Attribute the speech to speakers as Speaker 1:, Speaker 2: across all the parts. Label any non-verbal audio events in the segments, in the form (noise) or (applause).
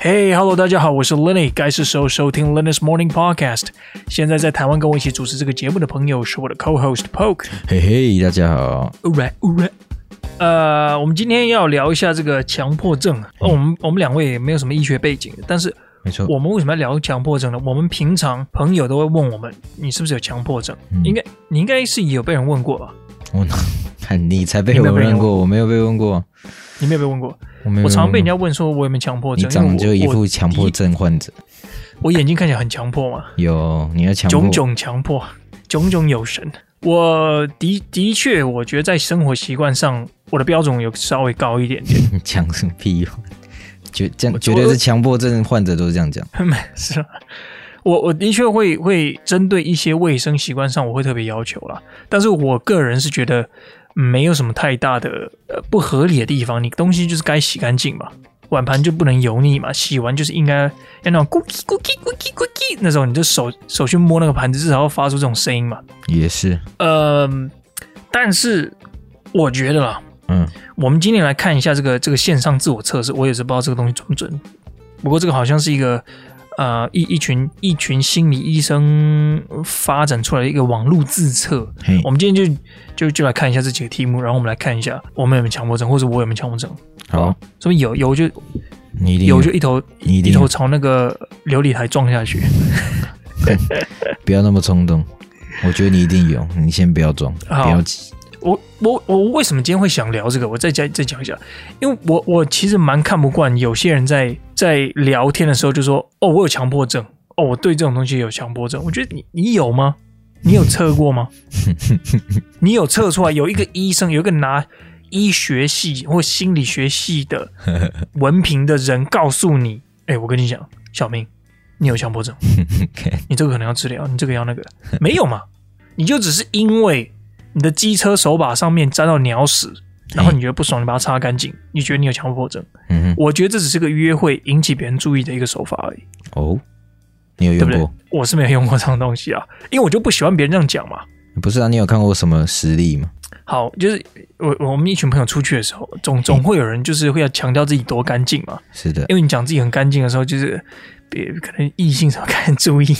Speaker 1: Hey，Hello，大家好，我是 Lenny，该是时候收听 Lenny's Morning Podcast。现在在台湾跟我一起主持这个节目的朋友是我的 co-host Poke。
Speaker 2: 嘿嘿，大家好。
Speaker 1: Alright, alright。呃，我们今天要聊一下这个强迫症。
Speaker 2: 嗯
Speaker 1: 哦，我们我们两位也没有什么医学背景，但是
Speaker 2: 没错，
Speaker 1: 我们为什么要聊强迫症呢？我们平常朋友都会问我们，你是不是有强迫症？
Speaker 2: 嗯
Speaker 1: 应该你应该是有被人问过吧？
Speaker 2: 我看你才被
Speaker 1: 你
Speaker 2: 我
Speaker 1: 没有被
Speaker 2: 问
Speaker 1: 人
Speaker 2: 过，我没有被问过，
Speaker 1: 你没有被问过？
Speaker 2: 我没有。
Speaker 1: 我常被人家问说我有没有强迫
Speaker 2: 嗯你
Speaker 1: 症，因为
Speaker 2: 长
Speaker 1: 我
Speaker 2: 就一副强迫
Speaker 1: 我
Speaker 2: 症患者，
Speaker 1: 我眼睛看起来很强迫嘛。
Speaker 2: 有你要强迫
Speaker 1: 炯炯强迫，炯炯有神。我的的确，我觉得在生活习惯上，我的标准有稍微高一点点。 (laughs)
Speaker 2: 讲什么屁话？绝这
Speaker 1: 我
Speaker 2: 样绝对
Speaker 1: 我
Speaker 2: 是强迫症患者都是这样讲。
Speaker 1: 是啊，我我的确会会针对一些卫生习惯上，我会特别要求啦。但是我个人是觉得没有什么太大的呃不合理的地方。你东西就是该洗干净嘛，碗盘就不能油腻嘛，洗完就是应该要那种咕叽咕叽咕叽咕叽，那种你就手手去摸那个盘子，至少要发出这种声音嘛。
Speaker 2: 也是，
Speaker 1: 呃，但是我觉得啦，
Speaker 2: 嗯，
Speaker 1: 我们今天来看一下这个这个线上自我测试，我也是不知道这个东西准不准。不过这个好像是一个呃一一群一群心理医生发展出来的一个网络自测。
Speaker 2: 嘿
Speaker 1: 我，们今天就就就来看一下这几个题目，然后我们来看一下我们有没有强迫症，或者我有没有强迫症。
Speaker 2: 好，
Speaker 1: 说明有有就
Speaker 2: 你一定
Speaker 1: 哦有就一头
Speaker 2: 你一定
Speaker 1: 头朝那个琉璃台撞下去。
Speaker 2: 不要那么冲动。我觉得你一定有，你先不要装，不
Speaker 1: 好
Speaker 2: 要急。
Speaker 1: 我我我为什么今天会想聊这个？我再讲再讲一下，因为我我其实蛮看不惯有些人在在聊天的时候就说：“哦，我有强迫症，哦，我对这种东西有强迫症。”我觉得你你有吗？你有测过吗？ (laughs) 你有测出来？有一个医生，有一个拿医学系或心理学系的文凭的人告诉你：“哎、我跟你讲，小明，你有强迫症，你这个可能要治疗，你这个要那个，没有嘛？你就只是因为你的机车手把上面沾到鸟屎，然后你觉得不爽，你把它擦干净，
Speaker 2: 哎
Speaker 1: 你觉得你有强迫症。
Speaker 2: 嗯哼，
Speaker 1: 我觉得这只是个约会引起别人注意的一个手法而已，
Speaker 2: 哦，你有
Speaker 1: 对不
Speaker 2: 用
Speaker 1: 对
Speaker 2: 过？？
Speaker 1: 我是没有用过这种东西啊，因为我就不喜欢别人这样讲嘛。
Speaker 2: 不是啊，你有看过什么实例吗？
Speaker 1: 好，就是我我们一群朋友出去的时候，总
Speaker 2: 嗯
Speaker 1: 总会有人就是会要强调自己多干净嘛，
Speaker 2: 是的，
Speaker 1: 因为你讲自己很干净的时候，就是别可能异性什么开始注意
Speaker 2: (laughs)
Speaker 1: 你。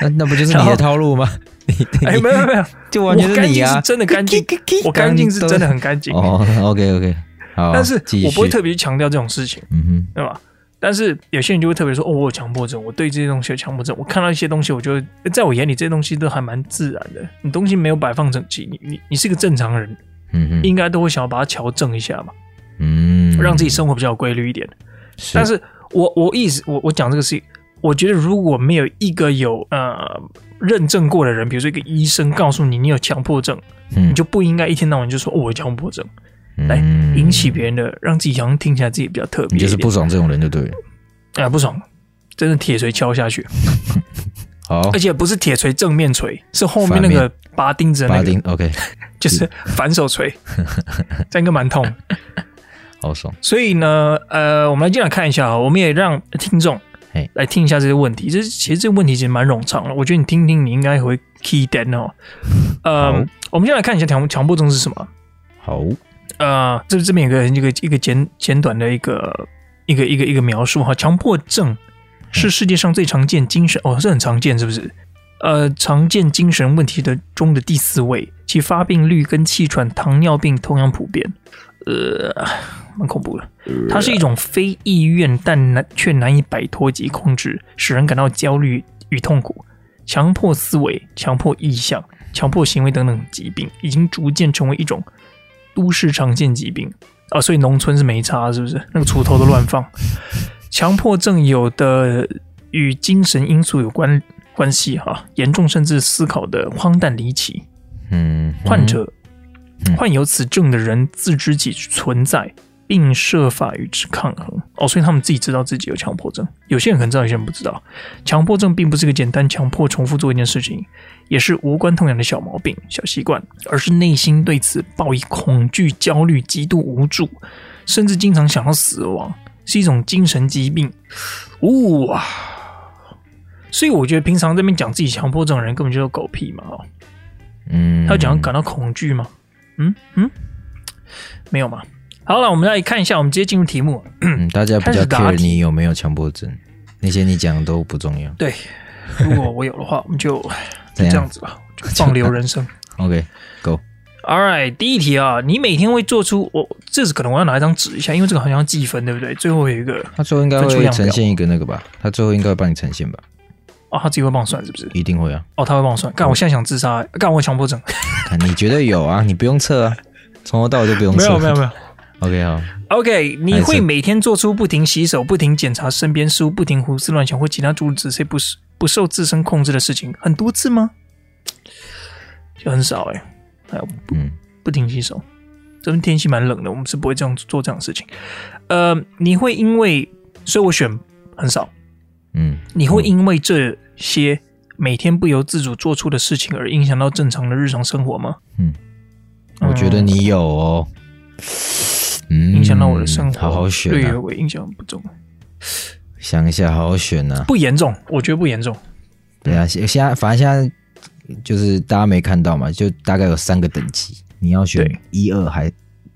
Speaker 2: 那那不就是
Speaker 1: 然
Speaker 2: 你
Speaker 1: 后
Speaker 2: 的套路吗？ (laughs) 你你
Speaker 1: 哎，没有没有没有，
Speaker 2: 就
Speaker 1: 我
Speaker 2: 完全是
Speaker 1: 干
Speaker 2: 你
Speaker 1: 净是
Speaker 2: 啊！
Speaker 1: 真的干
Speaker 2: (laughs)
Speaker 1: 净，我干净是真的很干净，
Speaker 2: 哦，OK OK，好，
Speaker 1: 但是
Speaker 2: 继续
Speaker 1: 我不会特别去强调这种事情。
Speaker 2: 嗯
Speaker 1: 对吧？但是有些人就会特别说，哦，我有强迫症，我对这些东西有强迫症。我看到一些东西，我就会在我眼里，这些东西都还蛮自然的。你东西没有摆放整齐，你你你是个正常人，
Speaker 2: 哼嗯哼
Speaker 1: 应该都会想要把它调整一下嘛，
Speaker 2: 嗯，
Speaker 1: 让自己生活比较有规律一点。但是我我意思，我我讲这个事情，我觉得如果没有一个有呃认证过的人，比如说一个医生告诉你你有强迫症，
Speaker 2: 你
Speaker 1: 你就不应该一天到晚就说、哦、我有强迫症，来引起别人的，让自己好像听起来自己比较特别
Speaker 2: 嗯你
Speaker 1: 一点。
Speaker 2: 就是不爽这种人就对了。
Speaker 1: 啊、不爽，真的铁锤敲下去，
Speaker 2: 好，
Speaker 1: 而且不是铁锤正面锤，是后哦面那个拔钉嗯子的那
Speaker 2: 巴
Speaker 1: 个，
Speaker 2: 丁
Speaker 1: (laughs)
Speaker 2: OK，
Speaker 1: 就是反手锤， (laughs) 这样应该蛮痛。
Speaker 2: 好爽，
Speaker 1: 所以呢，呃，我们来进来看一下啊，我们也让听众
Speaker 2: 嘿
Speaker 1: 来听一下这些问题。这其实这个问题其实蛮冗长的，我觉得你听听，你应该会 key down 哦。
Speaker 2: 好
Speaker 1: 呃，我们先来看一下强强迫症是什么。
Speaker 2: 好，
Speaker 1: 呃，这这边有个一个一个简简短的一个一个一个一个描述哈，强迫症是世界上最常见精神哦，是很常见是不是？呃，常见精神问题的中的第四位，其发病率跟气喘、糖尿病同样普遍。呃，蛮恐怖的。它是一种非意愿但难却难以摆脱及控制，使人感到焦虑与痛苦。强迫思维、强迫意向、强迫行为等等疾病，已经逐渐成为一种都市常见疾病啊、所以农村是没差，是不是？那个锄头都乱放。强迫症有的与精神因素有关关系哈、严重甚至思考的荒诞离奇。
Speaker 2: 嗯，
Speaker 1: 患者
Speaker 2: 嗯
Speaker 1: 患有此症的人自知其存在，并设法与之抗衡。哦，所以他们自己知道自己有强迫症。有些人可能知道，有些人不知道。强迫症并不是个简单强迫重复做一件事情，也是无关痛痒的小毛病、小习惯，而是内心对此抱以恐惧、焦虑、极度无助，甚至经常想到死亡，是一种精神疾病。哇！所以我觉得平常这边讲自己强迫症的人根本就是狗屁嘛！哦，
Speaker 2: 嗯，
Speaker 1: 他有讲到感到恐惧吗？嗯嗯，没有嘛。好了，我们来看一下，我们直接进入题目。
Speaker 2: 嗯，大家比
Speaker 1: 开
Speaker 2: 较
Speaker 1: 始答
Speaker 2: care
Speaker 1: 题
Speaker 2: 你有没有强迫症，那些你讲的都不重要。
Speaker 1: 对，如果我有的话，我们就就
Speaker 2: 怎样
Speaker 1: 这样子吧，就放流人生。
Speaker 2: OK，Go，、
Speaker 1: All right，第一题啊，你每天会做出我这是可能我要拿一张纸一下，因为这个好像要计分，对不对？最后有一个
Speaker 2: 他最后应该
Speaker 1: 分数
Speaker 2: 会
Speaker 1: 量表
Speaker 2: 呈现一个那个吧？他最后应该会帮你呈现吧？
Speaker 1: 哦，他自己会帮我算是不是？
Speaker 2: 一定会啊！
Speaker 1: 哦，他会帮我算。干，我现在想自杀、干，我有强迫症。
Speaker 2: 看，你觉得有啊？你不用测啊，从头到尾都不用
Speaker 1: 没
Speaker 2: 测。
Speaker 1: 有没有没有。
Speaker 2: OK，好，啊
Speaker 1: OK，你
Speaker 2: 还
Speaker 1: 会
Speaker 2: 是
Speaker 1: 每天做出不停洗手、不停检查身边事物、不停胡思乱想或其他阻止这不是不受自身控制的事情很多次吗？就很少哎、还有
Speaker 2: 嗯，
Speaker 1: 不停洗手。这边天气蛮冷的，我们是不会这样做这样的事情。呃，你会因为，所以我选很少。
Speaker 2: 嗯，
Speaker 1: 你会因为这些每天不由自主做出的事情而影响到正常的日常生活吗？
Speaker 2: 我觉得你有哦。嗯，
Speaker 1: 嗯影响到我的生活，
Speaker 2: 好好选、
Speaker 1: 对
Speaker 2: 啊，
Speaker 1: 我影响不重，
Speaker 2: 想一下，好好选啊。
Speaker 1: 不严重，我觉得不严重。
Speaker 2: 对啊，现现在反正现在就是大家没看到嘛，就大概有三个等级，你要选
Speaker 1: 对
Speaker 2: 一二还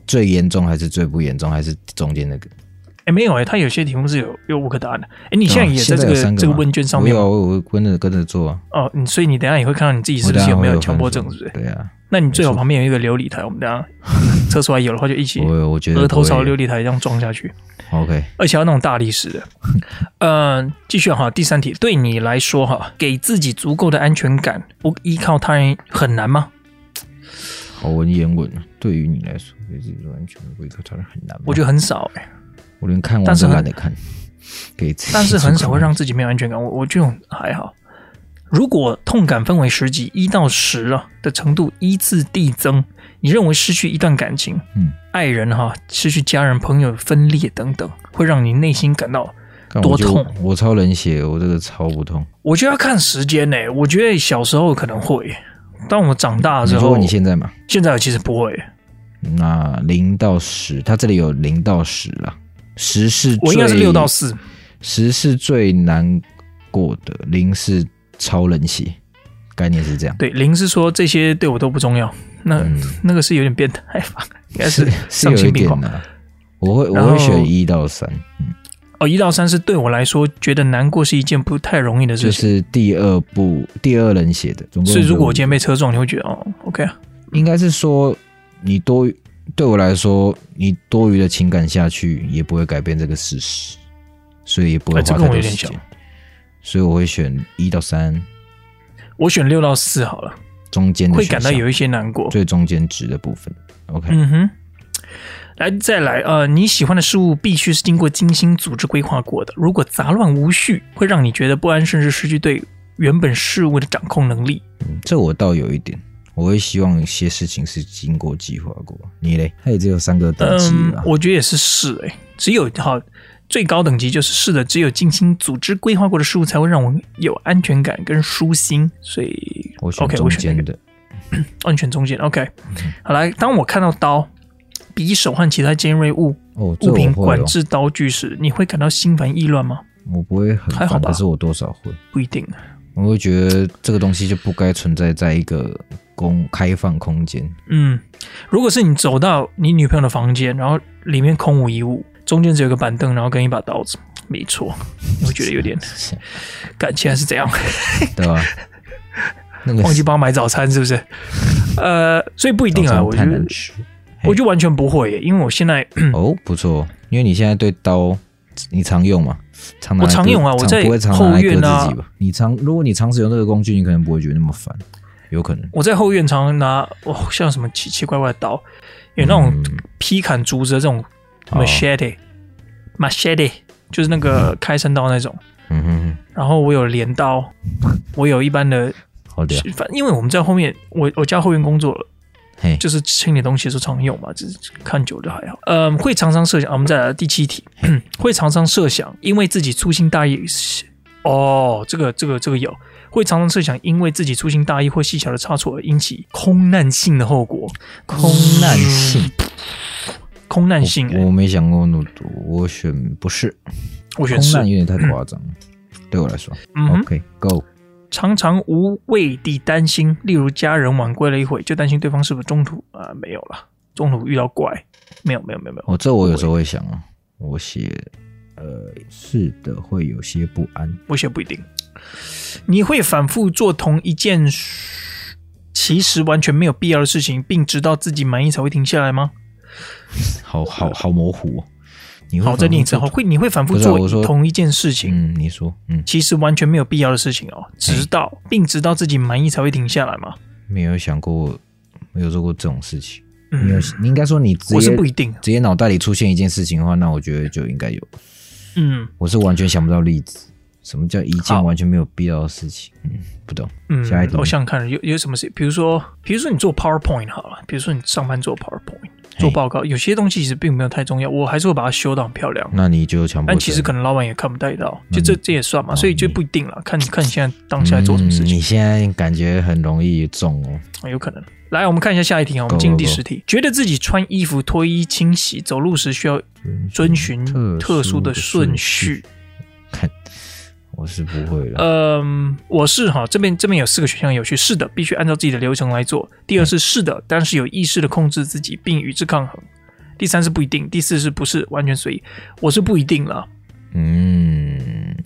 Speaker 2: 最严重还是最不严重还是中间那个？
Speaker 1: 哎，没有哎，它有些题目是有有五个答案的。哎，你
Speaker 2: 你
Speaker 1: 现在也在这
Speaker 2: 哦有三个
Speaker 1: 这个
Speaker 2: 嘛
Speaker 1: 问卷上面
Speaker 2: 我
Speaker 1: 吗
Speaker 2: 有我有跟着跟着做啊，
Speaker 1: 哦，你所以你等一下也会看到你自己是
Speaker 2: 我
Speaker 1: 不
Speaker 2: 等
Speaker 1: 是
Speaker 2: 下
Speaker 1: 有没
Speaker 2: 会
Speaker 1: 有
Speaker 2: 有
Speaker 1: 强迫症，
Speaker 2: 分
Speaker 1: 是
Speaker 2: 数
Speaker 1: 不是？
Speaker 2: 对啊，
Speaker 1: 那你最好
Speaker 2: 没错
Speaker 1: 旁边有一个琉璃台，我们
Speaker 2: (laughs)
Speaker 1: 等一下车出来有的话就一起
Speaker 2: 我有我觉得
Speaker 1: 额头
Speaker 2: 不会
Speaker 1: 朝琉
Speaker 2: 有
Speaker 1: 璃台这样撞下去，
Speaker 2: OK，
Speaker 1: 而且要那种大力士的。嗯，继续哈，第三题，对你来说哈，给自己足够的安全感，不依靠他人很难吗？
Speaker 2: 好文言文啊。对于你来说，对自己的安全不依靠他人很难吗。
Speaker 1: 我觉得很少哎、
Speaker 2: 我连看
Speaker 1: 但
Speaker 2: 完
Speaker 1: 是
Speaker 2: 都
Speaker 1: 很
Speaker 2: 懒得看，给自己
Speaker 1: 但是很
Speaker 2: 足
Speaker 1: 少
Speaker 2: 够
Speaker 1: 会让自己没有安全感。我我这种还好。如果痛感分为十级，一到十啊的程度依次递增，你认为失去一段感情、
Speaker 2: 嗯
Speaker 1: 爱人哈、失去家人、朋友、分裂等等，会让你内心感到
Speaker 2: 干
Speaker 1: 多
Speaker 2: 我就
Speaker 1: 痛。
Speaker 2: 我超冷血，我这个超不痛。
Speaker 1: 我觉得要看时间呢、我觉得小时候可能会，当我长大
Speaker 2: 你
Speaker 1: 啊之
Speaker 2: 说
Speaker 1: 后，
Speaker 2: 你现在嘛？
Speaker 1: 现在我其实不会，
Speaker 2: 那零到十，它这里有零到十啦，十是
Speaker 1: 我应该是
Speaker 2: 最
Speaker 1: 六到，四。
Speaker 2: 十是最难过的，零是超冷血，概念是这样。
Speaker 1: 对，零是说这些对我都不重要，那、
Speaker 2: 嗯，
Speaker 1: 那个是有点变态吧，应该
Speaker 2: 是
Speaker 1: 是
Speaker 2: 是
Speaker 1: 丧
Speaker 2: 有一
Speaker 1: 心病
Speaker 2: 点
Speaker 1: 狂
Speaker 2: 的、我会
Speaker 1: 然
Speaker 2: 我
Speaker 1: 后
Speaker 2: 会选一到三，
Speaker 1: 哦。一到三是对我来说觉得难过是一件不太容易的事
Speaker 2: 就
Speaker 1: 情，
Speaker 2: 是第二部第二冷血的。总共
Speaker 1: 所以如果我
Speaker 2: 有
Speaker 1: 今天被车撞，你会觉得哦，OK 啊，
Speaker 2: 应该是说你多余对我来说，你多余的情感下去也不会改变这个事实，所以也不会
Speaker 1: 哎这
Speaker 2: 花
Speaker 1: 跟
Speaker 2: 太
Speaker 1: 我有
Speaker 2: 多
Speaker 1: 点
Speaker 2: 时间
Speaker 1: 像。
Speaker 2: 所以我会选一到三
Speaker 1: 我选六到四好了，
Speaker 2: 中间的
Speaker 1: 会
Speaker 2: 选
Speaker 1: 感到
Speaker 2: 项
Speaker 1: 有一些难过。
Speaker 2: 最中间值的部分。OK，、
Speaker 1: 嗯哼，来再来，呃，你喜欢的事物必须是经过精心组织规划过的。如果杂乱无序，会让你觉得不安，甚至失去对原本事物的掌控能力。
Speaker 2: 嗯这我倒有一点，我会希望一些事情是经过计划过。你嘞？它也只有三个等级啊
Speaker 1: 嗯
Speaker 2: 啦，。
Speaker 1: 我觉得也是是诶、只有好最高等级就是是的，只有精心组织规划过的事物才会让我有安全感跟舒心。所以
Speaker 2: 我选
Speaker 1: OK，
Speaker 2: 中
Speaker 1: 我选那
Speaker 2: 间
Speaker 1: 个
Speaker 2: 的。
Speaker 1: 安全中间 OK。好
Speaker 2: 嗯
Speaker 1: 来，当我看到刀、匕首和其他尖锐物
Speaker 2: 哦，这
Speaker 1: 物
Speaker 2: 我
Speaker 1: 品
Speaker 2: 会、
Speaker 1: 管
Speaker 2: 哦，
Speaker 1: 制刀具时，你会感到心烦意乱吗？
Speaker 2: 我不会很
Speaker 1: 还好
Speaker 2: 烦，
Speaker 1: 吧
Speaker 2: 可是我多少会。
Speaker 1: 不一定。
Speaker 2: 我会觉得这个东西就不该存在在一个公开放
Speaker 1: (laughs)
Speaker 2: 空间。
Speaker 1: 嗯，如果是你走到你女朋友的房间，然后里面空无一物，中间只有一个板凳，然后跟一把刀子，没
Speaker 2: (laughs)
Speaker 1: 错，你会觉得有点感情还是怎样？
Speaker 2: 对吧？那个
Speaker 1: 忘记帮我买早餐是不是？呃，所以不一定啊，
Speaker 2: 早
Speaker 1: 我
Speaker 2: 餐
Speaker 1: 觉
Speaker 2: 太
Speaker 1: 得嗯
Speaker 2: 难吃
Speaker 1: 我就完全不会耶，因为我现在
Speaker 2: 哦，不错，因为你现在对刀你常用嘛，常拿来
Speaker 1: 我常
Speaker 2: 割
Speaker 1: 用啊我
Speaker 2: 常
Speaker 1: 在
Speaker 2: 不会常拿来
Speaker 1: 后院
Speaker 2: 割
Speaker 1: 啊
Speaker 2: 自己吧？你常如果你常使用这个工具，你可能不会觉得那么烦，有可能。
Speaker 1: 我在后院常常拿哦，像什么奇奇怪怪的刀，有哎那
Speaker 2: 嗯
Speaker 1: 种劈砍竹子的这种
Speaker 2: 哦
Speaker 1: machete、machete，就是那个开山刀那种。
Speaker 2: 嗯哼
Speaker 1: 然后我有镰刀，我有一般的，
Speaker 2: 哼，好屌，
Speaker 1: 反因为我们在后面，我我家后院工作了，
Speaker 2: 嘿，
Speaker 1: 就是清理东西的时候常用嘛，就是看久就还好。嗯，会常常设想，啊、我们再来第七
Speaker 2: (laughs)
Speaker 1: 题，会常常设想，因为自己粗心大意，哦，这个这个这个有，会常常设想，因为自己粗心大意或细小的差错而引起空难性的后果，嗯
Speaker 2: 空难性，
Speaker 1: 空难性、哎
Speaker 2: 我我没想过那么多，我选不是，
Speaker 1: 我选
Speaker 2: 空
Speaker 1: 是
Speaker 2: 难，哦有点太夸张了，对我来说。
Speaker 1: 嗯哼，
Speaker 2: OK，Go，
Speaker 1: 常常无谓地担心，例如家人晚归了一会，就担心对方是不是中途啊、没有了。中途遇到怪，没有没有没有没有，
Speaker 2: 哦，这我有时候会想啊，我写，呃，是的，会有些不安。
Speaker 1: 我写不一定。你会反复做同一件其实完全没有必要的事情，并直到自己满意才会停下来吗？
Speaker 2: 好好好模糊、哦。你会
Speaker 1: 好，
Speaker 2: 反
Speaker 1: 再
Speaker 2: 复
Speaker 1: 念一次，
Speaker 2: 做
Speaker 1: 好，会你会反复
Speaker 2: 不是啊我
Speaker 1: 做
Speaker 2: 说
Speaker 1: 同一件事情，
Speaker 2: 嗯，你说，嗯，
Speaker 1: 其实完全没有必要的事情哦，直到并直到自己满意才会停下来嘛。
Speaker 2: 没有想过，没有做过这种事情。你有
Speaker 1: 嗯，，
Speaker 2: 你应该说你直
Speaker 1: 我
Speaker 2: 接
Speaker 1: 是不一定，
Speaker 2: 直接脑袋里出现一件事情的话，那我觉得就应该有。
Speaker 1: 嗯
Speaker 2: 我是完全想不到例子，什么叫一件
Speaker 1: 好
Speaker 2: 完全没有必要的事情？嗯，不懂。
Speaker 1: 嗯
Speaker 2: 下一，题
Speaker 1: 我想想看有有什么事，比如说，比如说你做 PowerPoint 好了，比如说你上班做 PowerPoint 做报告，有些东西其实并没有太重要，我还是会把它修到很漂亮。
Speaker 2: 那你就强迫
Speaker 1: 但
Speaker 2: 症。
Speaker 1: 其实可能老板也看不太到，就这这也算嘛，所以就不一定了，看看你现在当下在做什么事
Speaker 2: 嗯
Speaker 1: 情，
Speaker 2: 你现在感觉很容易中哦。
Speaker 1: 有可能。来，我们看一下下一题啊，我们进入第
Speaker 2: Go, go, go
Speaker 1: 十题，觉得自己穿衣服、脱衣、清洗、走路时需要遵循特殊的顺序。
Speaker 2: 看，我是不会了。
Speaker 1: 嗯，我是哈，这边这边有四个选项有趣。是的，必须按照自己的流程来做。第二是是的，但是有意识的控制自己，并与之抗衡。第三是不一定，第四是不是完全随意？我是不一定了。
Speaker 2: 嗯，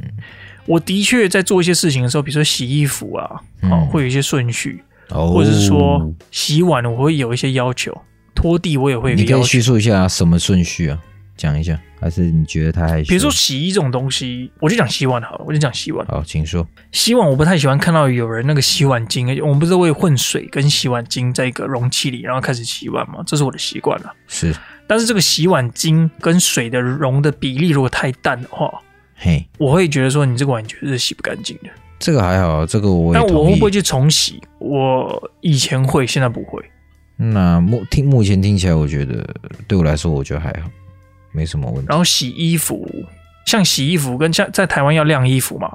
Speaker 1: 我的确在做一些事情的时候，比如说洗衣服啊，哦
Speaker 2: 嗯，
Speaker 1: 会有一些顺序，
Speaker 2: 哦，
Speaker 1: 或者是说洗碗，我会有一些要求；拖地，我也会有一
Speaker 2: 你
Speaker 1: 个
Speaker 2: 可以
Speaker 1: 要求
Speaker 2: 叙。述一下什么顺序啊？讲一下，还是你觉得他还？
Speaker 1: 比如说洗衣这种东西，我就讲洗碗好了，我就讲洗碗。
Speaker 2: 好，请说。
Speaker 1: 洗碗我不太喜欢看到有人那个洗碗巾，我们不是会混水跟洗碗巾在一个容器里，然后开始洗碗吗？这是我的习惯了。
Speaker 2: 是，
Speaker 1: 但是这个洗碗巾跟水的溶的比例如果太淡的话，
Speaker 2: 嘿，
Speaker 1: 我会觉得说你这个碗绝对是洗不干净的。
Speaker 2: 这个还好，这个我也
Speaker 1: 但
Speaker 2: 同意。
Speaker 1: 我会不会去重洗？我以前会，现在不会。
Speaker 2: 那目听目前听起来，我觉得对我来说，我觉得还好，没什么问题。
Speaker 1: 然后洗衣服，像洗衣服跟像在台湾要晾衣服嘛，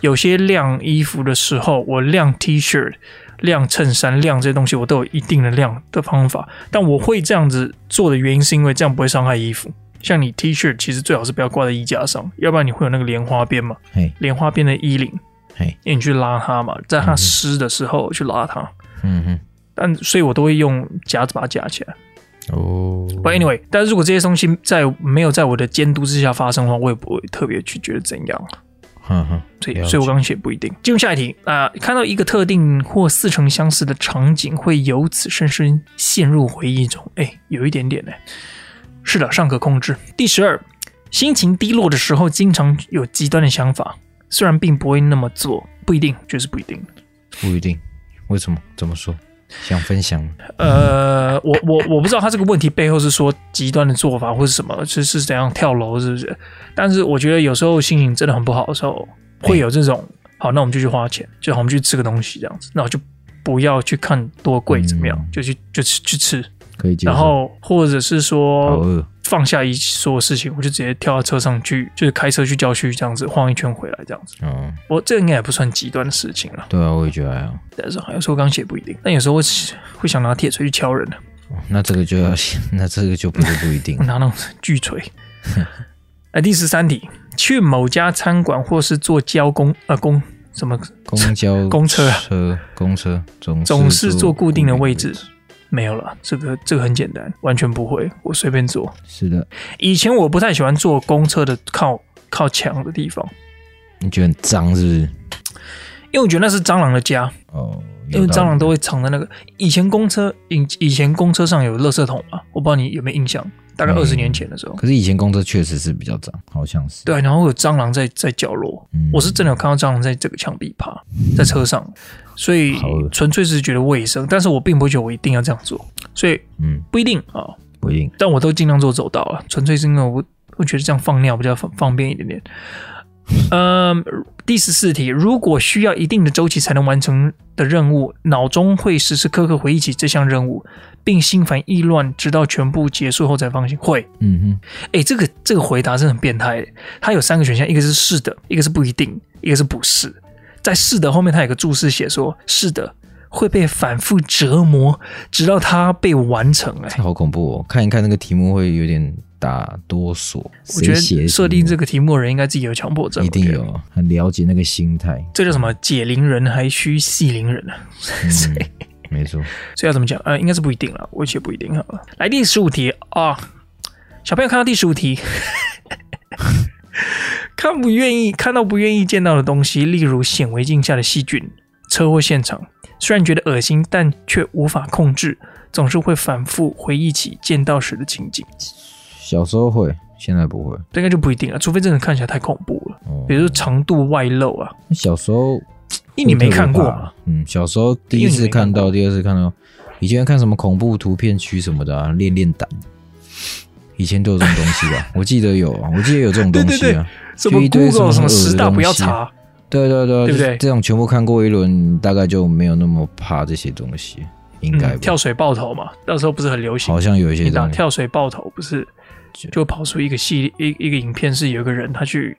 Speaker 1: 有些晾衣服的时候，我晾 T 恤、晾衬衫、晾这些东西，我都有一定的晾的方法。但我会这样子做的原因，是因为这样不会伤害衣服。像你 T 恤，其实最好是不要挂在衣架上，要不然你会有那个莲花边嘛，
Speaker 2: 嘿，
Speaker 1: 莲花边的衣领，
Speaker 2: 嘿，
Speaker 1: 因为你去拉它嘛，在它湿的时候去拉它。
Speaker 2: 嗯哼，
Speaker 1: 但所以，我都会用夹子把它夹起来。
Speaker 2: 哦，
Speaker 1: But anyway，但是如果这些东西在没有在我的监督之下发生的话，我也不会特别去觉得怎样。
Speaker 2: 哈哈，
Speaker 1: 所以，
Speaker 2: 了解
Speaker 1: 所以我刚刚写不一定。进入下一题啊、看到一个特定或似曾相识的场景，会由此深深陷入回忆中。哎，有一点点呢。是的，尚可控制。第十二，心情低落的时候，经常有极端的想法，虽然并不会那么做，不一定，就是不一定。
Speaker 2: 不一定，为什么？怎么说？想分享吗？
Speaker 1: 呃，我我我不知道他这个问题背后是说极端的做法或是什么，是是怎样跳楼是不是？但是我觉得有时候心情真的很不好的时候，会有这种，好，那我们就去花钱，就好，我们去吃个东西这样子，那我就不要去看多贵怎么样，
Speaker 2: 嗯
Speaker 1: 就去就去去吃，
Speaker 2: 可以接受。
Speaker 1: 然后或者是
Speaker 2: 好
Speaker 1: 说
Speaker 2: 饿，
Speaker 1: 放下一所有事情，我就直接跳到车上去，就是开车去郊区这样子晃一圈回来这样子。
Speaker 2: 嗯，
Speaker 1: 我这应该也不算极端的事情了，
Speaker 2: 对啊，我也觉得还好。
Speaker 1: 但是有时候刚写不一定，但有时候会会想拿铁锤去敲人。
Speaker 2: 哦那这个就要， (laughs) 那这个就不是不一定
Speaker 1: 我。拿那种巨锤。哎，第十三题，去某家餐馆或是坐交公呃公什么
Speaker 2: 公交、
Speaker 1: (laughs) 公车啊
Speaker 2: 车、公车总
Speaker 1: 总是坐固定的位置。没有了，这个这个很简单，完全不会，我随便坐。
Speaker 2: 是的，
Speaker 1: 以前我不太喜欢坐公车的靠靠墙的地方，
Speaker 2: 你觉得很脏是不是？
Speaker 1: 因为我觉得那是蟑螂的家，
Speaker 2: 哦，
Speaker 1: 因为
Speaker 2: 有道
Speaker 1: 蟑
Speaker 2: 理
Speaker 1: 螂都会藏在那个。以前公车以以前公车上有垃圾桶嘛，我不知道你有没有印象，大概
Speaker 2: 嗯
Speaker 1: 二十年前的时候。
Speaker 2: 可是以前公车确实是比较脏，好像是。
Speaker 1: 对，然后有蟑螂在在角落，
Speaker 2: 嗯
Speaker 1: 我是真的有看到蟑螂在这个墙壁爬，在车上，所以
Speaker 2: 好恶
Speaker 1: 纯粹是觉得卫生，但是我并不会觉得我一定要这样做，所以
Speaker 2: 嗯，
Speaker 1: 不一定啊、
Speaker 2: 不一定。
Speaker 1: 但我都尽量做走道了，纯粹是因为我我觉得这样放尿比较方方便一点点。嗯，第十四题，如果需要一定的周期才能完成的任务，脑中会时时刻刻回忆起这项任务，并心烦意乱，直到全部结束后才放心。会，
Speaker 2: 嗯哼，
Speaker 1: 哎、这个这个回答是很变态的。它有三个选项，一个是是的，一个是不一定，一个是不是。在是的后面，它有个注释写说是的会被反复折磨，直到它被完成、
Speaker 2: 这
Speaker 1: 哎，
Speaker 2: 好恐怖哦！看一看那个题目会有点打哆嗦。
Speaker 1: 我觉
Speaker 2: 谁写
Speaker 1: 得
Speaker 2: 的
Speaker 1: 设
Speaker 2: 题
Speaker 1: 定
Speaker 2: 目
Speaker 1: 这个题目的人应该自己有强迫症，
Speaker 2: 一定
Speaker 1: 我觉得。
Speaker 2: 有，很了解那个心态。
Speaker 1: (laughs) 这叫什么？解铃人还需系铃人啊！
Speaker 2: 嗯，没错，
Speaker 1: 所以要怎么讲？呃，应该是不一定了，我也不一定好了。来第十五题啊、小朋友看到第十五题， (laughs) 看不愿意看到不愿意见到的东西，例如显微镜下的细菌、车祸现场，虽然觉得恶心，但却无法控制，总是会反复回忆起见到时的情景。
Speaker 2: 小时候会，现在不会。
Speaker 1: 这应该就不一定了，除非真的看起来太恐怖了，
Speaker 2: 哦
Speaker 1: 比如说长度外露啊，
Speaker 2: 小时候
Speaker 1: 因为你没看过
Speaker 2: 会特别
Speaker 1: 嘛
Speaker 2: 怕，嗯，小时候第一次看到，第二次看到，以前看什么恐怖图片区什么的、啊，练练胆。以前都有这种东西
Speaker 1: (laughs)
Speaker 2: 吧？我记得有啊，我记得有这种东西啊。
Speaker 1: 什么
Speaker 2: 就一堆什
Speaker 1: Google
Speaker 2: 么
Speaker 1: 什么
Speaker 2: 恶的
Speaker 1: 十大不要
Speaker 2: 东西
Speaker 1: 查，
Speaker 2: 对对对，
Speaker 1: 对不对
Speaker 2: 就是这种全部看过一轮，大概就没有那么怕这些东西，应
Speaker 1: 嗯，
Speaker 2: 该吧？
Speaker 1: 跳水爆头嘛，到时候不是很流行
Speaker 2: 好，像有一
Speaker 1: 你
Speaker 2: 些
Speaker 1: 打
Speaker 2: 东西，
Speaker 1: 跳水爆头不是
Speaker 2: 就
Speaker 1: 就跑出一个系一一个影片，是有一个人他去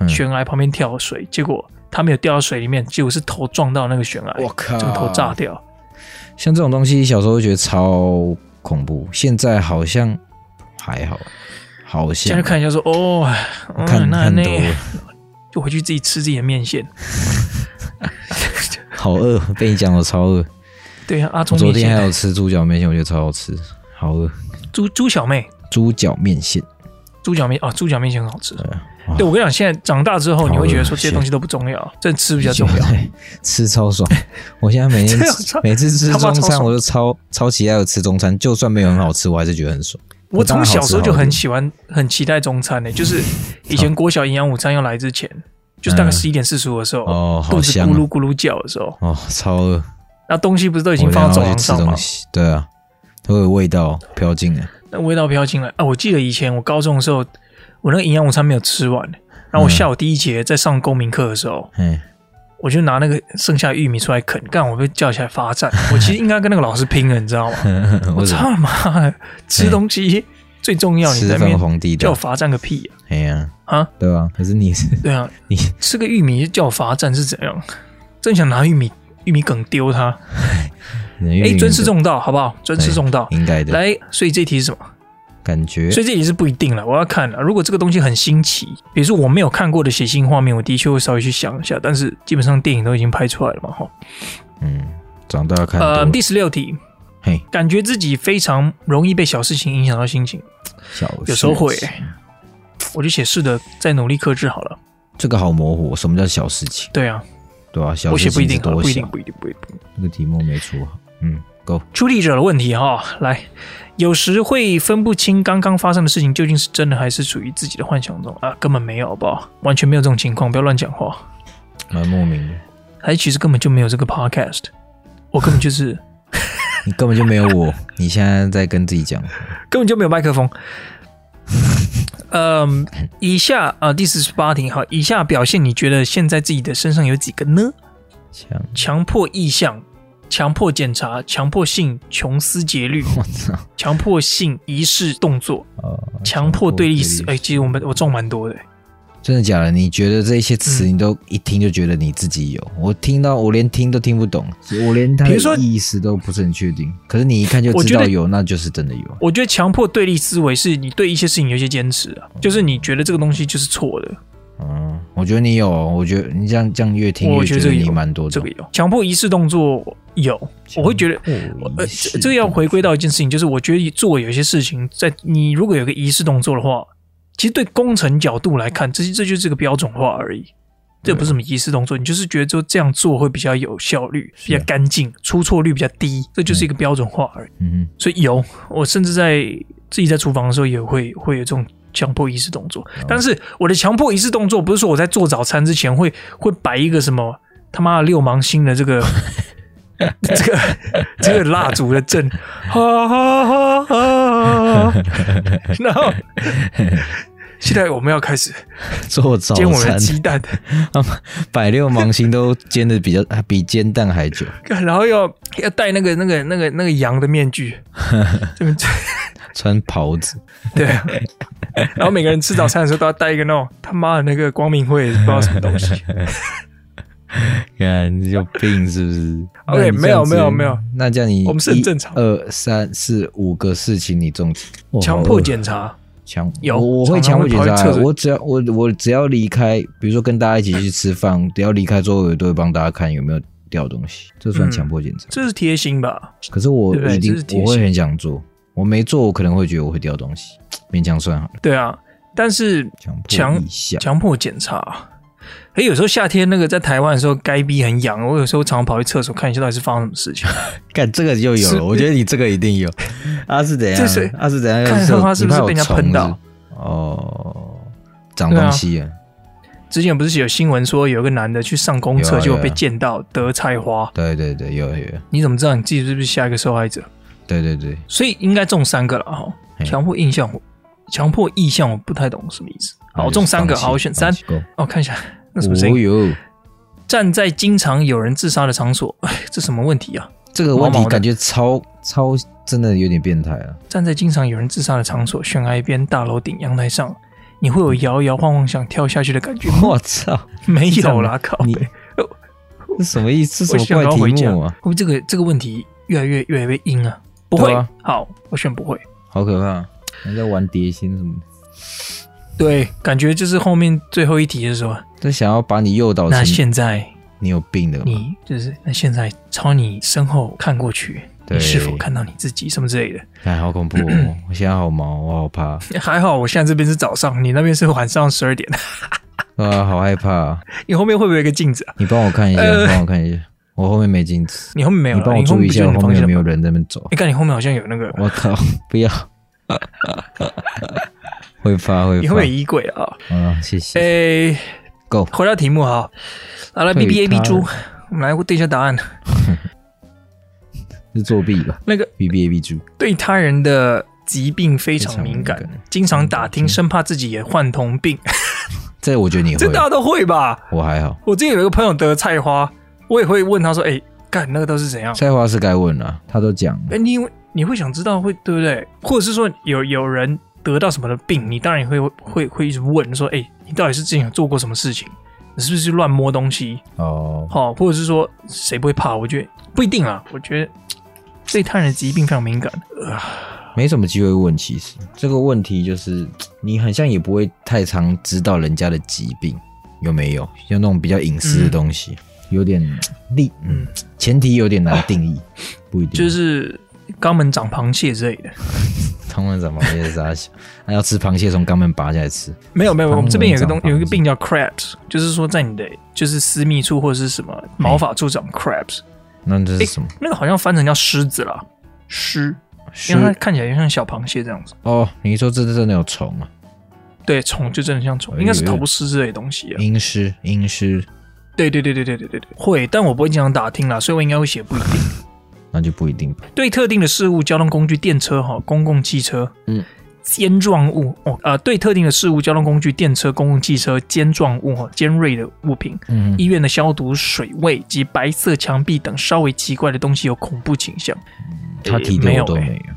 Speaker 2: 嗯
Speaker 1: 悬崖旁边跳水，结果他没有掉到水里面，结果是头撞到那个悬崖，
Speaker 2: 我靠，
Speaker 1: 整个头炸掉。
Speaker 2: 像这种东西，小时候会觉得超恐怖，现在好像还好，好
Speaker 1: 现在
Speaker 2: 像
Speaker 1: 看一下说哦，嗯
Speaker 2: 看
Speaker 1: 那
Speaker 2: 看
Speaker 1: 那
Speaker 2: 多了，
Speaker 1: 就回去自己吃自己的面
Speaker 2: (laughs)
Speaker 1: 线。
Speaker 2: 好饿，被你讲我超饿。
Speaker 1: 对啊，阿
Speaker 2: 我
Speaker 1: 聪
Speaker 2: 昨
Speaker 1: 面
Speaker 2: 天还
Speaker 1: 线，
Speaker 2: 有吃猪脚面线，我觉得超好吃，好饿。
Speaker 1: 猪猪小妹，
Speaker 2: 猪脚面线，
Speaker 1: 猪脚面哦，猪脚面线很好吃。
Speaker 2: 哇
Speaker 1: 对，我跟你讲，现在长大之后，
Speaker 2: 好
Speaker 1: 你会觉得说
Speaker 2: 恶
Speaker 1: 这些
Speaker 2: 心
Speaker 1: 东西都不重要，这吃比较重要。
Speaker 2: 对， (laughs) 吃超爽。我现在
Speaker 1: (laughs)
Speaker 2: 每天
Speaker 1: 这样啊超
Speaker 2: 每次吃
Speaker 1: 他妈
Speaker 2: 中
Speaker 1: 超
Speaker 2: 餐，
Speaker 1: 爽
Speaker 2: 我都超超期待有吃中餐，就算没有很好吃，我还是觉得很爽。
Speaker 1: 我从小时候就
Speaker 2: 当然
Speaker 1: 很
Speaker 2: 好吃
Speaker 1: 喜欢、很期待中餐呢、就是以前国小营养午餐要来之前，就是大概
Speaker 2: 嗯
Speaker 1: 十一点四十五的时候，
Speaker 2: 哦好
Speaker 1: 肚子咕
Speaker 2: 香啊
Speaker 1: 噜咕噜叫的时候，
Speaker 2: 好吃哦，超饿，
Speaker 1: 那东西不是都已
Speaker 2: 已
Speaker 1: 经放到走廊
Speaker 2: 吃
Speaker 1: 上
Speaker 2: 东
Speaker 1: 吗？
Speaker 2: 西，对啊，都有味道飘进来。
Speaker 1: 那味道飘进来啊！我记得以前我高中的时候，我那个营养午餐没有吃完，然后我
Speaker 2: 嗯
Speaker 1: 下午第一节在上公民课的时候，
Speaker 2: 嗯，
Speaker 1: 我就拿那个剩下的玉米出来啃，干我被叫起来罚
Speaker 2: (laughs)
Speaker 1: 站。我其实应该跟那个老师拼了，你知道吗？我
Speaker 2: 为什么
Speaker 1: 操他妈的，吃东西最重要，你
Speaker 2: 吃
Speaker 1: 在那
Speaker 2: 饭
Speaker 1: 边
Speaker 2: 皇帝
Speaker 1: 叫我
Speaker 2: 的？
Speaker 1: 罚站个屁
Speaker 2: 哎呀，
Speaker 1: 啊！啊
Speaker 2: 对啊，可是你是
Speaker 1: 对啊，
Speaker 2: 你
Speaker 1: 吃个玉米就叫我罚站是怎样？真想拿玉米玉米梗丢他！哎，尊师，重道，好不好？尊师重道
Speaker 2: 你。应该的
Speaker 1: 来，所以这题是什么？
Speaker 2: 感觉
Speaker 1: 所以这题是不一定了，我要看了。如果这个东西很新奇，比如说我没有看过的血腥画面，我的确会稍微去想一下。但是基本上电影都已经拍出来了嘛，哈。
Speaker 2: 嗯，长大看多
Speaker 1: 呃，
Speaker 2: 了
Speaker 1: 第十六题，
Speaker 2: 嘿，
Speaker 1: 感觉自己非常容易被小事情影响到心情，
Speaker 2: 小
Speaker 1: 有时候会
Speaker 2: 事情
Speaker 1: 我就写是的，再努力克制好了。
Speaker 2: 这个好模糊，什么叫小事情？
Speaker 1: 对啊，
Speaker 2: 对啊，小
Speaker 1: 我写
Speaker 2: 事
Speaker 1: 不一
Speaker 2: 情是
Speaker 1: 定好了，
Speaker 2: 多
Speaker 1: 不一定，
Speaker 2: 小，
Speaker 1: 不一定，不一定。
Speaker 2: 这个题目没出好，嗯，Go，
Speaker 1: 出力者的问题哈、来，有时会分不清刚刚发生的事情究竟是真的还是属于自己的幻想中啊，根本没有，好不好？完全没有这种情况，不要乱讲话。
Speaker 2: 蛮莫名的，
Speaker 1: 还其实根本就没有这个 podcast，我根本就是
Speaker 2: 你根本就没有我，你现在在跟自己讲，
Speaker 1: 根本就没有麦克风。 (laughs) 嗯，以下啊、呃第四十八题哈，以下表现你觉得现在自己的身上有几个呢？
Speaker 2: 强，
Speaker 1: 强迫意向、强迫检查、强迫性穷思竭虑、
Speaker 2: 我操，
Speaker 1: 强迫性仪式动作、
Speaker 2: 呃，
Speaker 1: 强迫对立思。哎、其实我们我中蛮多的、
Speaker 2: 真的假的？你觉得这些词，你都一听就觉得你自己有？我听到，我连听都听不懂，我连它
Speaker 1: 比如说
Speaker 2: 的意思都不是很确定。可是你一看就
Speaker 1: 我
Speaker 2: 知
Speaker 1: 觉
Speaker 2: 道
Speaker 1: 得
Speaker 2: 有，那就是真的有。
Speaker 1: 我觉得强迫对立思维是你对一些事情有一些坚持啊，就是你觉得这个东西就是错的，
Speaker 2: 嗯，我觉得你有，我觉得你这样这样越听
Speaker 1: 我嗯
Speaker 2: 越
Speaker 1: 觉得
Speaker 2: 觉
Speaker 1: 这
Speaker 2: 得
Speaker 1: 个有
Speaker 2: 你蛮多的。
Speaker 1: 这个有强迫仪式动作有，我会觉得。
Speaker 2: 得
Speaker 1: 呃，这这个要回归到一件事情，就是我觉得做有些事情，在你如果有个仪式动作的话，其实对工程角度来看，这这就是个标准化而已，这不是什么仪式动作，你就是觉得说这样做会比较有效率，比较干净，出错率比较低，这就是一个标准化而已。
Speaker 2: 嗯
Speaker 1: 所以有，我甚至在自己在厨房的时候也会会有这种强迫仪式动作。但是我的强迫仪式动作不是说我在做早餐之前会会摆一个什么他妈的六芒星的这个这个这个蜡烛的阵，哈哈哈哈哈。然后现在我们要开始
Speaker 2: 哼，
Speaker 1: (laughs)
Speaker 2: 做早
Speaker 1: 煎我们的
Speaker 2: 餐，
Speaker 1: 鸡蛋，
Speaker 2: (laughs) 百六芒星都煎的比较比煎蛋还久，
Speaker 1: 干然后要要戴那个那个那个那个羊的面具，这边。
Speaker 2: 穿袍子，
Speaker 1: 对啊，然后每个人吃早餐的时候都要带一个那种他妈的那个光明会不知道什么东
Speaker 2: (laughs)
Speaker 1: 西。
Speaker 2: 看你有病是
Speaker 1: (laughs)
Speaker 2: 不是
Speaker 1: OK，
Speaker 2: 那你这
Speaker 1: 哎没有
Speaker 2: 样子
Speaker 1: 没有没有
Speaker 2: 那这样你
Speaker 1: 我们是很
Speaker 2: 一
Speaker 1: 正常
Speaker 2: 二三四五个事情你中几个？哇
Speaker 1: 强
Speaker 2: 好
Speaker 1: 迫
Speaker 2: 饿
Speaker 1: 检查，
Speaker 2: 强
Speaker 1: 有
Speaker 2: 我我会强
Speaker 1: 常常会
Speaker 2: 迫检
Speaker 1: 跑去
Speaker 2: 查
Speaker 1: 厕，所
Speaker 2: 我只要
Speaker 1: (laughs)
Speaker 2: 我我只要离开，比如说跟大家一起去吃饭，只要离开座位，我都会帮大家看有没有掉的东西，这算强迫检查。
Speaker 1: 这是贴心吧？
Speaker 2: 可是我
Speaker 1: 对嗯不对
Speaker 2: 一定
Speaker 1: 这是提醒
Speaker 2: 我会很想做，我没做我可能会觉得我会掉东西，勉强算好了。
Speaker 1: 对啊，但是
Speaker 2: 强迫
Speaker 1: 强
Speaker 2: 一下，
Speaker 1: 强迫检查。哎，有时候夏天那个在台湾的时候，该逼很痒，我有时候常跑去厕所看一下到底是发生什么事情。
Speaker 2: (laughs) 干这个就有
Speaker 1: 是
Speaker 2: 了，我觉得你这个一
Speaker 1: (laughs)
Speaker 2: 定有。阿是怎样
Speaker 1: 这是？
Speaker 2: 阿是怎样？
Speaker 1: 看
Speaker 2: 有
Speaker 1: 他是不是
Speaker 2: 你怕有
Speaker 1: 被人家
Speaker 2: 虫
Speaker 1: 喷
Speaker 2: 是不是
Speaker 1: 到？
Speaker 2: 哦，长
Speaker 1: 对啊
Speaker 2: 东西啊！
Speaker 1: 之前不是有新闻说有个男的去上公
Speaker 2: 有
Speaker 1: 厕，
Speaker 2: 啊
Speaker 1: 结果
Speaker 2: 有啊
Speaker 1: 被溅到得菜花，
Speaker 2: 对对对，有有，
Speaker 1: 你怎么知道你自己是不是下一个受害者？
Speaker 2: 对对对，
Speaker 1: 所以应该中三个了哈。
Speaker 2: 嗯
Speaker 1: 强迫印象我，强迫意向，我不太懂什么意思。
Speaker 2: 哎
Speaker 1: 好，我中三个，好，我选三。哦，看一下那什么声
Speaker 2: 哦
Speaker 1: 音？
Speaker 2: 哟，
Speaker 1: 站在经常有人自杀的场所， (laughs) 哎，这什么问题啊？
Speaker 2: 这个问
Speaker 1: 毛
Speaker 2: 题
Speaker 1: 毛的
Speaker 2: 感觉超超真的有点变态
Speaker 1: (laughs)
Speaker 2: 啊！
Speaker 1: 站在经常有人自杀的场所，悬崖边、大楼顶、阳台上，你会有摇摇晃晃想跳下去的感觉吗？
Speaker 2: 我操，
Speaker 1: (laughs) 没
Speaker 2: 这样
Speaker 1: 有
Speaker 2: 吗
Speaker 1: 啦，靠
Speaker 2: 哦你
Speaker 1: 北！
Speaker 2: 这什么意思？
Speaker 1: 我
Speaker 2: 这什
Speaker 1: 想
Speaker 2: 么
Speaker 1: 要
Speaker 2: 怪
Speaker 1: 回
Speaker 2: 题
Speaker 1: 家。
Speaker 2: 目
Speaker 1: 会
Speaker 2: 啊？
Speaker 1: 不会这个这个问题越来越越来越阴啊？不会，
Speaker 2: 对啊
Speaker 1: 好，我选不会。
Speaker 2: 好可怕！还在玩碟仙什么的，
Speaker 1: 对，感觉就是后面最后一题的时候，
Speaker 2: 这想要把你诱导
Speaker 1: 那
Speaker 2: 成
Speaker 1: 现在
Speaker 2: 你有病的吗？
Speaker 1: 你就是那现在朝你身后看过去，你
Speaker 2: 对
Speaker 1: 是否看到你自己什么之类的？ (laughs)
Speaker 2: 哎，好恐怖！哦！我现在好毛，我好怕，
Speaker 1: 还好我现在这边是早上，你那边是晚上十二点，
Speaker 2: 啊，好害怕啊！
Speaker 1: 你后面会不会有一个镜子啊？
Speaker 2: 你帮我看一下，
Speaker 1: 呃
Speaker 2: 帮我看一下，我后面没镜子，
Speaker 1: 你后面没有
Speaker 2: 你
Speaker 1: 了，
Speaker 2: 帮我
Speaker 1: 你后
Speaker 2: 注
Speaker 1: 面
Speaker 2: 意一
Speaker 1: 不就
Speaker 2: 下，
Speaker 1: 有
Speaker 2: 我
Speaker 1: 你
Speaker 2: 后
Speaker 1: 方
Speaker 2: 面
Speaker 1: 向
Speaker 2: 有
Speaker 1: 的吗
Speaker 2: 没有？人在那边走
Speaker 1: 你。看你后面好像有那个，
Speaker 2: 我靠， (laughs) 不要，会发会
Speaker 1: 你后
Speaker 2: 发
Speaker 1: 面有衣柜啊？
Speaker 2: 啊！谢谢
Speaker 1: 诶、
Speaker 2: ，Go，
Speaker 1: 回到题目哈，好了
Speaker 2: 对
Speaker 1: ，B B A B
Speaker 2: 他
Speaker 1: 猪，我们来对一下答案。
Speaker 2: 是作弊吧
Speaker 1: 那个
Speaker 2: ？B B A B 猪，
Speaker 1: 对他人的疾病非常敏
Speaker 2: 非常敏
Speaker 1: 感
Speaker 2: 感，嗯
Speaker 1: 经常打听，生怕自己也患同病。
Speaker 2: 这我觉得你
Speaker 1: (laughs)
Speaker 2: 会
Speaker 1: 这，大家都会吧？
Speaker 2: 我还好。
Speaker 1: 我之前有一个朋友得菜花，我也会问他说：“哎、干那个都是怎样
Speaker 2: 菜花是该问了，他都讲，？”
Speaker 1: 哎、你你会想知道会对不对？或者是说有有人得到什么的病，你当然也会会会一直问说：“哎、你到底是之前有做过什么事情？你是不是乱摸东西？
Speaker 2: 哦，
Speaker 1: 好、或者是说谁不会怕？”我觉得不一定啊，我觉得。对他人的疾病非常敏感，
Speaker 2: 没什么机会问。其实这个问题就是，你好像也不会太常知道人家的疾病有没有，像那种比较隐私的东
Speaker 1: 嗯
Speaker 2: 西，有点力，嗯，前提有点难定义，不一
Speaker 1: 啊
Speaker 2: 定。
Speaker 1: 就是肛门长螃蟹之类的。
Speaker 2: 他们长螃蟹是啥 (laughs) 小？那要吃螃蟹从肛门拔下来吃，
Speaker 1: 没有没有，
Speaker 2: 长
Speaker 1: 我们这边有一个
Speaker 2: 长
Speaker 1: 东
Speaker 2: 长
Speaker 1: 有一个病叫 crabs，就是说在你的就是私密处或者是什么毛发处长 crabs，
Speaker 2: 那这是什么？
Speaker 1: 那个好像翻成叫虱子啦，虱，
Speaker 2: 是
Speaker 1: 因为它看起来就像小螃蟹这样子。
Speaker 2: 哦，你说这真的有虫啊？
Speaker 1: 对，虫就真的像虫，
Speaker 2: 哎
Speaker 1: 应该是
Speaker 2: 呦
Speaker 1: 头虱之类的东西啊。
Speaker 2: 阴虱，阴虱，
Speaker 1: 对对对对对对对对，会，但我不会经常打听啦，所以我应该会写不一定。
Speaker 2: 那就不一定吧。
Speaker 1: 对特定的事物，交通工具、电车哈、公共汽车，
Speaker 2: 嗯，
Speaker 1: 尖状物哦，呃，对特定的事物、交通工具、电车、公共汽车、尖状物哈、尖锐的物品，
Speaker 2: 嗯
Speaker 1: 医院的消毒水位及白色墙壁等稍微奇怪的东西有恐怖倾向，
Speaker 2: 他提
Speaker 1: 没
Speaker 2: 的
Speaker 1: 有
Speaker 2: 我都
Speaker 1: 欸
Speaker 2: 没有。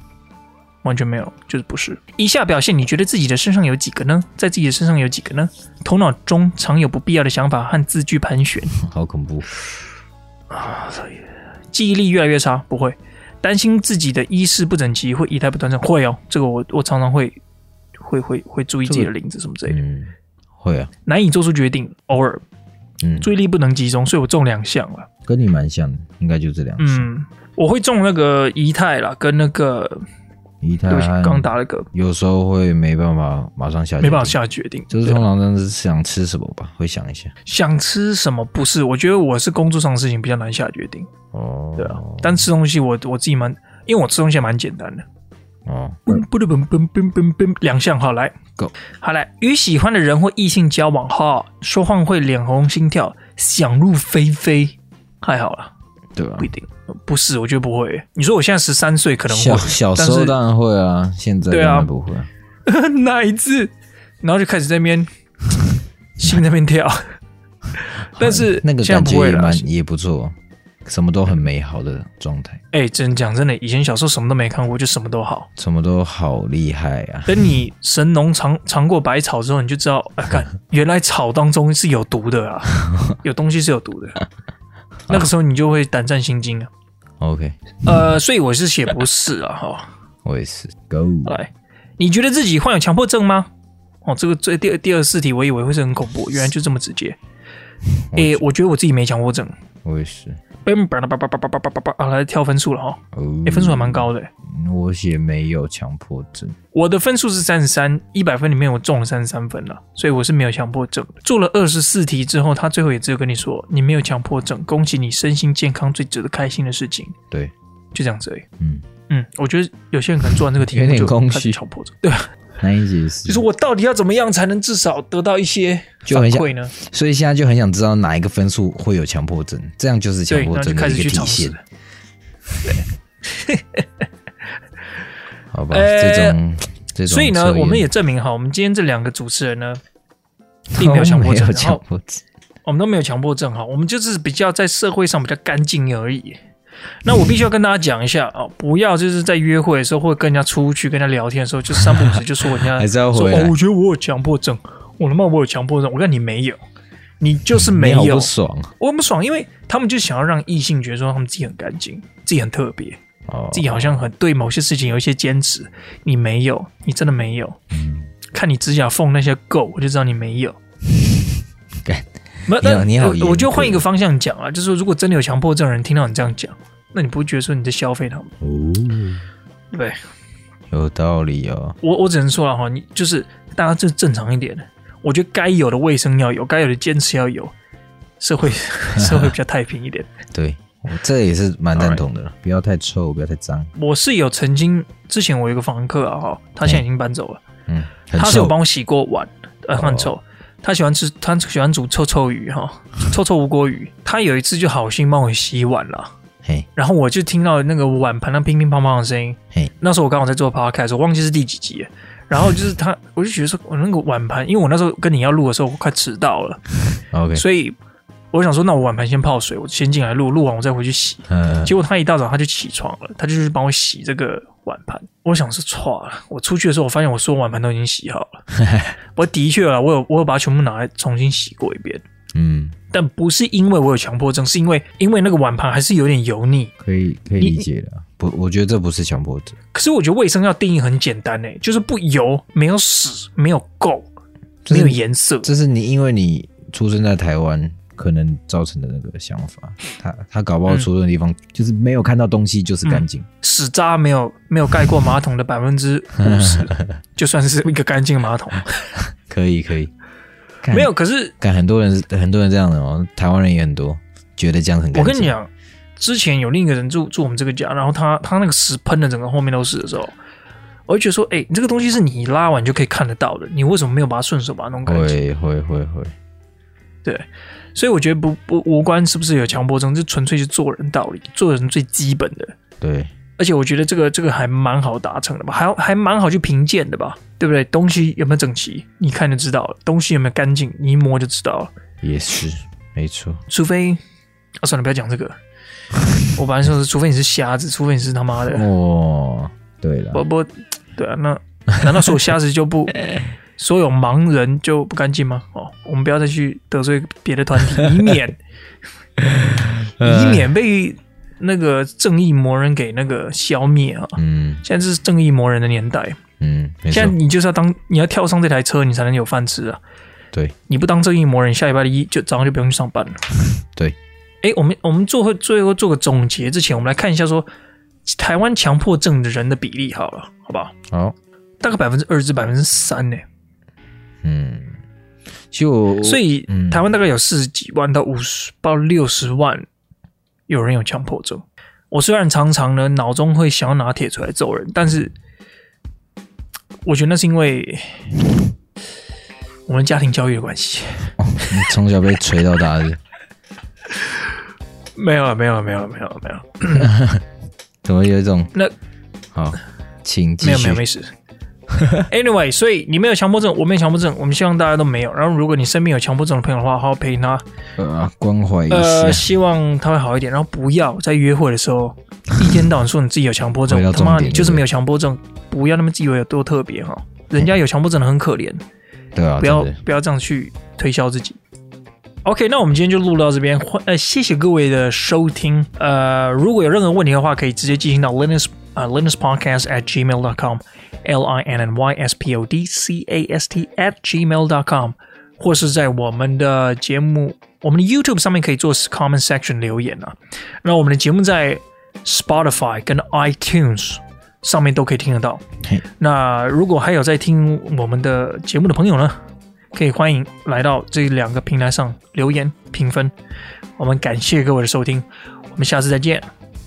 Speaker 1: 完全没有，就是不是。以下表现，你觉得自己的身上有几个呢？在自己的身上有几个呢？头脑中常有不必要的想法和字句盘旋，
Speaker 2: 好恐怖！
Speaker 1: 记忆力越来越差，不会担心自己的衣饰不整齐会仪态不端正，会哦，这个我我常常会会会会注意自己的领子什么之类的，
Speaker 2: 嗯，会啊，
Speaker 1: 难以做出决定，偶尔
Speaker 2: 嗯，
Speaker 1: 注意力不能集中，所以我中两项了。
Speaker 2: 跟你蛮像的，应该就这两项。
Speaker 1: 嗯，我会中那个仪态啦，跟那个
Speaker 2: 嗯仪态
Speaker 1: 对不起，
Speaker 2: 和
Speaker 1: 刚打了个
Speaker 2: 有时候会没办法马上下，
Speaker 1: 没办法，下决定，
Speaker 2: 就是
Speaker 1: 对
Speaker 2: 通常真的是想吃什么吧，会想一下。
Speaker 1: 想吃什么不是？我觉得我是工作上的事情比较难下决定，
Speaker 2: 哦，
Speaker 1: 对啊。但吃东西我我自己蛮，因为我吃东西还蛮简单的，
Speaker 2: 哦，
Speaker 1: 嘣嘣嘣嘣嘣嘣嘣，两项好来
Speaker 2: Go
Speaker 1: 好来，与喜欢的人或异性交往哈，说话会脸红心跳，想入非非，还好了，
Speaker 2: 对啊吧
Speaker 1: 不一？定，不是，我觉得不会。你说我现在十三岁可能
Speaker 2: 小
Speaker 1: 会，
Speaker 2: 小时候
Speaker 1: 但是
Speaker 2: 当然会啊，现在
Speaker 1: 对
Speaker 2: 当
Speaker 1: 啊
Speaker 2: 然不会。
Speaker 1: 哪一次，然后就开始在那边心在那边跳，但是
Speaker 2: 哎那个
Speaker 1: 现在
Speaker 2: 感
Speaker 1: 不
Speaker 2: 觉
Speaker 1: 会
Speaker 2: 也
Speaker 1: 了。
Speaker 2: 蛮也不错，啊什么都很美好的状态，
Speaker 1: 哎、真讲真的，以前小时候什么都没看过，就什么都好。
Speaker 2: 什么都好厉害啊！
Speaker 1: 等你神农尝尝过百草之后，你就知道，啊，看原来草当中是有毒的啊，有东西是有毒的。那个时候你就会胆战心惊啊。
Speaker 2: OK，
Speaker 1: 呃，所以我是写不是啊，哈。
Speaker 2: 我也是。Go，
Speaker 1: 来，你觉得自己患有强迫症吗？哦，这个最第二第二四题，我以为会是很恐怖，原来就这么直接。
Speaker 2: 我
Speaker 1: 诶、我觉得我自己没强迫症，
Speaker 2: 我也是。
Speaker 1: 嘣叭啦叭叭叭叭叭叭叭叭，啊，来挑分数了哈、
Speaker 2: 哦
Speaker 1: 诶分数还蛮高的、
Speaker 2: 我写没有强迫症，
Speaker 1: 我的分数是三十三，一百分里面我中了三十三分了，所以我是没有强迫症的。做了二十四题之后，他最后也只有跟你说你没有强迫症，恭喜你身心健康，最值得开心的事情，
Speaker 2: 对，
Speaker 1: (sighs) 就这样子而已。
Speaker 2: 嗯，
Speaker 1: 嗯，我觉得有些人可能做完这个题目
Speaker 2: 有点
Speaker 1: 就
Speaker 2: 空
Speaker 1: 开始
Speaker 2: 虚
Speaker 1: 强迫症，对啊，
Speaker 2: (laughs) 难以解释。
Speaker 1: 就是我到底要怎么样才能至少得到一些
Speaker 2: 就很
Speaker 1: 反
Speaker 2: 像
Speaker 1: 馈呢？
Speaker 2: 所以现在就很想知道哪一个分数会有强迫症，这样就是强
Speaker 1: 对，然
Speaker 2: 迫
Speaker 1: 后就
Speaker 2: 症
Speaker 1: 开
Speaker 2: 的
Speaker 1: 始
Speaker 2: 一
Speaker 1: 去
Speaker 2: 个
Speaker 1: 尝
Speaker 2: 体
Speaker 1: 试
Speaker 2: 现
Speaker 1: 了。，
Speaker 2: 好吧？
Speaker 1: 呃
Speaker 2: 这种这种
Speaker 1: 所
Speaker 2: 测验，
Speaker 1: 以呢，我们也证明哈，我们今天这两个主持人
Speaker 2: (laughs)
Speaker 1: 呢，并没有强迫
Speaker 2: 都
Speaker 1: 症，
Speaker 2: 没 (laughs)
Speaker 1: 然
Speaker 2: 有强
Speaker 1: 后
Speaker 2: 迫症，
Speaker 1: 我们都没有强迫症哈，我们就是比较在社会上比较干净而已。那我必须要跟大家讲一下啊、哦，不要就是在约会的时候，或者跟人家出去、跟人家聊天的时候，就三不五时就说人家
Speaker 2: (laughs) 还是要
Speaker 1: 说
Speaker 2: 回
Speaker 1: 哦
Speaker 2: 来，
Speaker 1: 我觉得我有强迫症，我他妈我有强迫症，我看你没有，你就是没
Speaker 2: 你好
Speaker 1: 有
Speaker 2: 不，爽
Speaker 1: 我很不爽，因为他们就想要让异性觉得说他们自己很干净，自己很特别，
Speaker 2: 哦，
Speaker 1: 自己好像很对某些事情有一些坚持，你没有，你真的没有。
Speaker 2: 嗯
Speaker 1: 看你指甲缝那些垢，我就知道你没有。
Speaker 2: (laughs) 干
Speaker 1: 没有，
Speaker 2: 你好
Speaker 1: 那
Speaker 2: 你好严
Speaker 1: 我
Speaker 2: 格
Speaker 1: 我就换一个方向讲啊，就是说如果真的有强迫症的人听到你这样讲，那你不会觉得说你在消费他们？
Speaker 2: 哦，
Speaker 1: 对
Speaker 2: 有道理哦，
Speaker 1: 我，我只能说了哈，你就是大家就正常一点。我觉得该有的卫生要有，该有的坚持要有，社
Speaker 2: (laughs)
Speaker 1: 会社会比较太平一点。
Speaker 2: 对，我这也是蛮赞同的了，不要太臭，不要太脏，
Speaker 1: 我是有曾经之前我有一个房客啊哈，他现在已经搬走了，
Speaker 2: 嗯，很
Speaker 1: 他是有
Speaker 2: 臭，哦
Speaker 1: 帮我洗过碗，呃，很臭。他喜欢吃，他喜欢煮臭臭鱼哈，臭臭无锅鱼。他有一次就好心帮我洗碗了，
Speaker 2: 嘿，
Speaker 1: 然后我就听到那个碗盘上乒乒乓乓的声音
Speaker 2: 嘿。
Speaker 1: 那时候我刚好在做 podcast，我忘记是第几集了。然后就是他，我就觉得说，哦我那个碗盘，因为我那时候跟你要录的时候，我快迟到了，
Speaker 2: ，OK，
Speaker 1: 所以我想说，那我碗盘先泡水，我先进来录，录完我再回去洗。
Speaker 2: 嗯，
Speaker 1: 结果他一大早他就起床了，他就去帮我洗这个碗盘。我想是错了，我出去的时候我发现我所有碗盘都已经洗好了。我的确啊，我有我有把它全部拿来重新洗过一遍，
Speaker 2: 嗯，
Speaker 1: 但不是因为我有强迫症，是因为因为那个碗盘还是有点油腻。
Speaker 2: 可以可以理解的，不，我觉得这不是强迫症，
Speaker 1: 可是我觉得卫生要定义很简单诶、欸就是不油、没有屎、没有垢、
Speaker 2: 就是
Speaker 1: 没有颜色。
Speaker 2: 这是你因为你出生在台湾可能造成的那个想法，他他搞不
Speaker 1: 嗯
Speaker 2: 好出生的地方、就是没有看到东西就是干净，
Speaker 1: 屎渣没有没有盖过马桶的百分之五十，就算是一个干净的马桶。
Speaker 2: 可以可以，干
Speaker 1: 没有，可是
Speaker 2: 干很多人是很多人这样的哦，台湾人也很多，觉得这样很干
Speaker 1: 我
Speaker 2: 净。
Speaker 1: 跟你讲，之前有另一个人住住我们这个家，然后他他那个屎喷的整个后面都是的时候，我就觉得说，哎、你这个东西是你拉完就可以看得到的，你为什么没有把它顺手把它弄干净？
Speaker 2: 会会会会，
Speaker 1: 对，所以我觉得不不无关是不是有强迫症，这纯粹是做人道理，做人最基本的。
Speaker 2: 对，
Speaker 1: 而且我觉得这个这个还蛮好达成的吧，还还蛮好去评鉴的吧，对不对？东西有没有整齐，你看就知道了；东西有没有干净，你一摸就知道了。
Speaker 2: 也是没错，
Speaker 1: 除非啊，算了，不要讲这个。我本来说是，除非你是瞎子，除非你是他妈的，
Speaker 2: 哦，对
Speaker 1: 不
Speaker 2: 了，
Speaker 1: 不，对啊，那难道所有瞎子就
Speaker 2: (laughs)
Speaker 1: 不，
Speaker 2: 哎
Speaker 1: 所有盲人就不干净吗？哦，我们不要再去得罪别的团体，
Speaker 2: (laughs)
Speaker 1: 以免
Speaker 2: 嗯
Speaker 1: 以免被那个正义魔人给那个消灭啊！
Speaker 2: 嗯
Speaker 1: 现在是正义魔人的年代，
Speaker 2: 嗯，没错
Speaker 1: 现在，你就是要当你要跳上这台车，你才能有饭吃啊！
Speaker 2: 对，
Speaker 1: 你不当正义魔人，下礼拜一就早上就不用去上班了。
Speaker 2: (laughs) 对，
Speaker 1: 哎，我们我们做最后做个总结之前，我们来看一下说台湾强迫症的人的比例好了，好不好？
Speaker 2: 好，
Speaker 1: 大概百分之二至百分之三呢。
Speaker 2: 嗯，其实我
Speaker 1: 所以
Speaker 2: 嗯
Speaker 1: 台湾大概有四十几万到五十到六十万有人有强迫症。我虽然常常呢脑中会想要拿铁锤来揍人，但是我觉得那是因为我们家庭教育的关系。
Speaker 2: 你从小被锤到大的，
Speaker 1: 没有啊，没有啊，没有啊，没有啊，没有啊。
Speaker 2: 怎么有一种
Speaker 1: 那
Speaker 2: 好，请继
Speaker 1: 没有
Speaker 2: 续
Speaker 1: 没有没事。anyway，所以你没有强迫症，我没有强迫症，我们希望大家都没有。然后，如果你身边有强迫症的朋友的话，好好陪他。
Speaker 2: 呃关怀一
Speaker 1: 呃，
Speaker 2: 下，
Speaker 1: 希望他会好一点。然后不要在约会的时候一天到晚说你自己有强迫症
Speaker 2: 回，到
Speaker 1: 他妈
Speaker 2: 重点
Speaker 1: 你就是
Speaker 2: 对不对
Speaker 1: 没有强迫症，不要那么自以为有多特别哈。人家有强迫症的很可怜，
Speaker 2: 对啊，
Speaker 1: 不要
Speaker 2: 真的
Speaker 1: 不要这样去推销自己。OK，那我们今天就录到这边，欢呃，谢谢各位的收听。呃，如果有任何问题的话，可以直接进行到 Linus 呃 Linus Podcast at gmail dot com，L I N N Y S P O D C A S T at gmail dot com，或是在我们的节目，我们的 YouTube 上面可以做 comment section 留言啊。那我们的节目在 Spotify 跟 iTunes 上面都可以听得到
Speaker 2: 嘿。
Speaker 1: 那如果还有在听我们的节目的朋友呢，可以欢迎来到这两个平台上留言评分。我们感谢各位的收听，我们下次再见，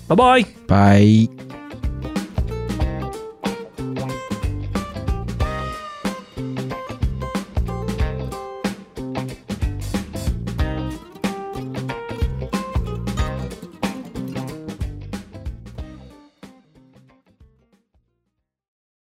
Speaker 1: 拜拜。
Speaker 2: 拜。